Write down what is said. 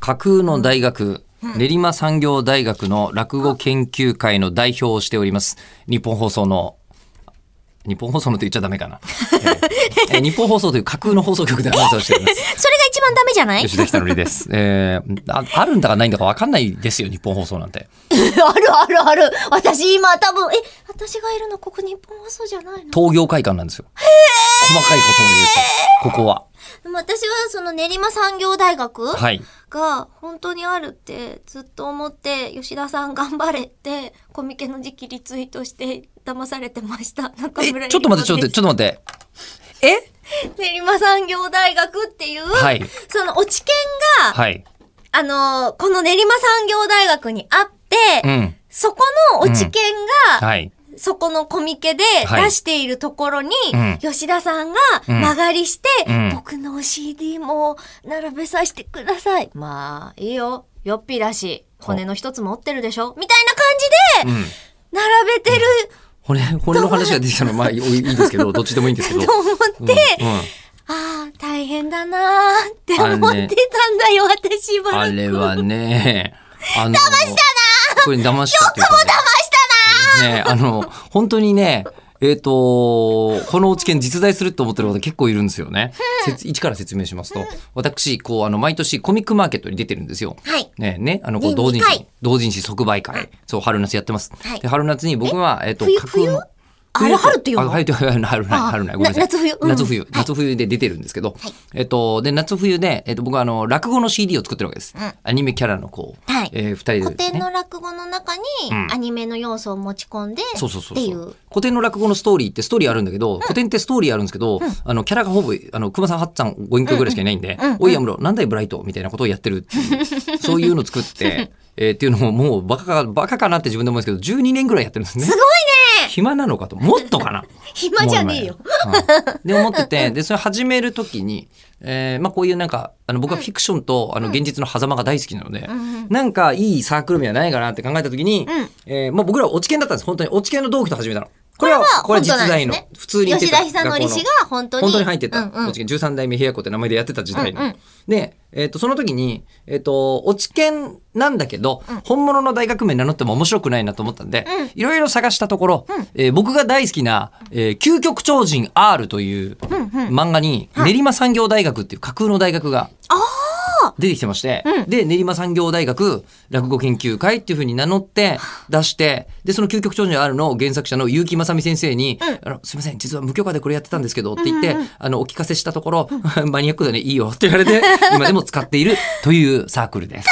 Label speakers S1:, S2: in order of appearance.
S1: 架空の大学、練馬産業大学の落語研究会の代表をしております。日本放送の、日本放送のって言っちゃダメ かな。えーえー日本放送という架空の放送局でアナウンサーをしております。
S2: それが一番ダメじゃない
S1: 吉崎たのりです。えーあ、あるんだかないんだかわかんないですよ、日本放送なんて。
S2: あるあるある。私今多分、え、私がいるのここ日本放送じゃないの
S1: 東業会館なんですよ。細かいことを言うと、ここは。
S2: でも私はその練馬産業大学
S1: はい。
S2: が本当にあるってずっと思って、吉田さん頑張れってコミケの時期リツイートして騙されてました。中村
S1: え、ちょっと待って、ちょっと待って、ちょっと待って。え
S2: て。練馬産業大学っていう、
S1: はい
S2: その落ち研が、
S1: はい。
S2: あのーこの練馬産業大学にあって、
S1: うん。
S2: そこの落ち研が、
S1: はい。
S2: そこのコミケで
S1: はい
S2: 出しているところに、
S1: うん
S2: 吉田さんが
S1: うん
S2: 曲がりして、
S1: うん
S2: 僕の CD も並べさせてください。まあ、いいよ。よっぴらしい。骨の一つ持ってるでしょみたいな感じで、
S1: うん。
S2: 並べてる
S1: 骨、骨の話が出てきたのは、まあ、いいいいですけど、どっちでもいいんですけど。
S2: と思って、
S1: うんうん
S2: ああ、大変だなーって思ってたんだよ、私は。
S1: あ
S2: 騙
S1: れはね、あの、騙したなこれ騙したっていうかね
S2: した
S1: ね、あの、本当にね、えっ、と、この落ち券実在すると思ってる方結構いるんですよね。せ一から説明しますと、私、こう、あの、毎年コミックマーケットに出てるんですよ。
S2: なーはい。
S1: ねね、あの、こう
S2: 年
S1: 同人
S2: 二
S1: 誌
S2: 回、
S1: 同人誌即売会。そう、春夏やってます。
S2: はい
S1: で、春夏に僕は、えっ、と、
S2: 冬
S1: 架空の
S2: 冬あれ春って言う
S1: あ
S2: の
S1: 春って言うの 春ない、
S2: あ
S1: 春ない。ごめんなさい。
S2: な夏冬うん
S1: 夏冬。夏冬で出てるんですけど、えっと、で、夏冬で、えっと、僕はあの、落語の CD を作ってるわけです。アニメキャラのこう、
S2: はい
S1: えー二人でです
S2: 古
S1: ね。
S2: 典の落語の中に
S1: ん
S2: アニメの要素を持ち込んで、
S1: そうそうそう
S2: ってい
S1: そうう。古典の落語のストーリーってストーリーあるんだけど、古典ってストーリーあるんですけど、あのキャラがほぼあの熊さん八さんご隠居ぐらいしかいないんで
S2: うんうんうん
S1: 「おいやむろなんだいブライト」みたいなことをやってるっていうそういうの作って、 えーっていうのももうバカかバカかなって自分で思うんですけど12年ぐらいやってるんですね。すごいね暇なのかともっとかな
S2: 暇じゃねえよ。
S1: 思いました。うん で思っててでそれ始める時に、えーまあ、こういうなんかあの僕はフィクションと、あの現実の狭間が大好きなので、なんかいいサークル名はないかなって考えた時に、
S2: うん
S1: えーまあ、僕らは落ち研だったんです本当に落ち研の同期と始めたの。これ
S2: は
S1: はこれは実
S2: 本当なんで
S1: 在
S2: す
S1: の、
S2: ね
S1: 普通に行って
S2: 吉
S1: た
S2: 田久典氏が本当に。
S1: 本当に入ってた、
S2: うんうん
S1: 落ち研13代目平子って名前でやってた時代の、
S2: うんうん
S1: で、えー、とその時に、えー、と落ち研なんだけど、本物の大学名名乗っても面白くないなと思ったんで
S2: うん
S1: いろいろ探したところ、えー僕が大好きな「えー究極超人 R」という漫画に練馬産業大学っていう架空の大学が出てきてまして、で練馬産業大学落語研究会っていうふうに名乗って出してでその「究極長寿ある」の原作者の結城正美先生に、あの「すいません実は無許可でこれやってたんですけど」って言って、あのお聞か せしたところ「マニアックだねいいよ」って言われて今でも使っているというサークルです。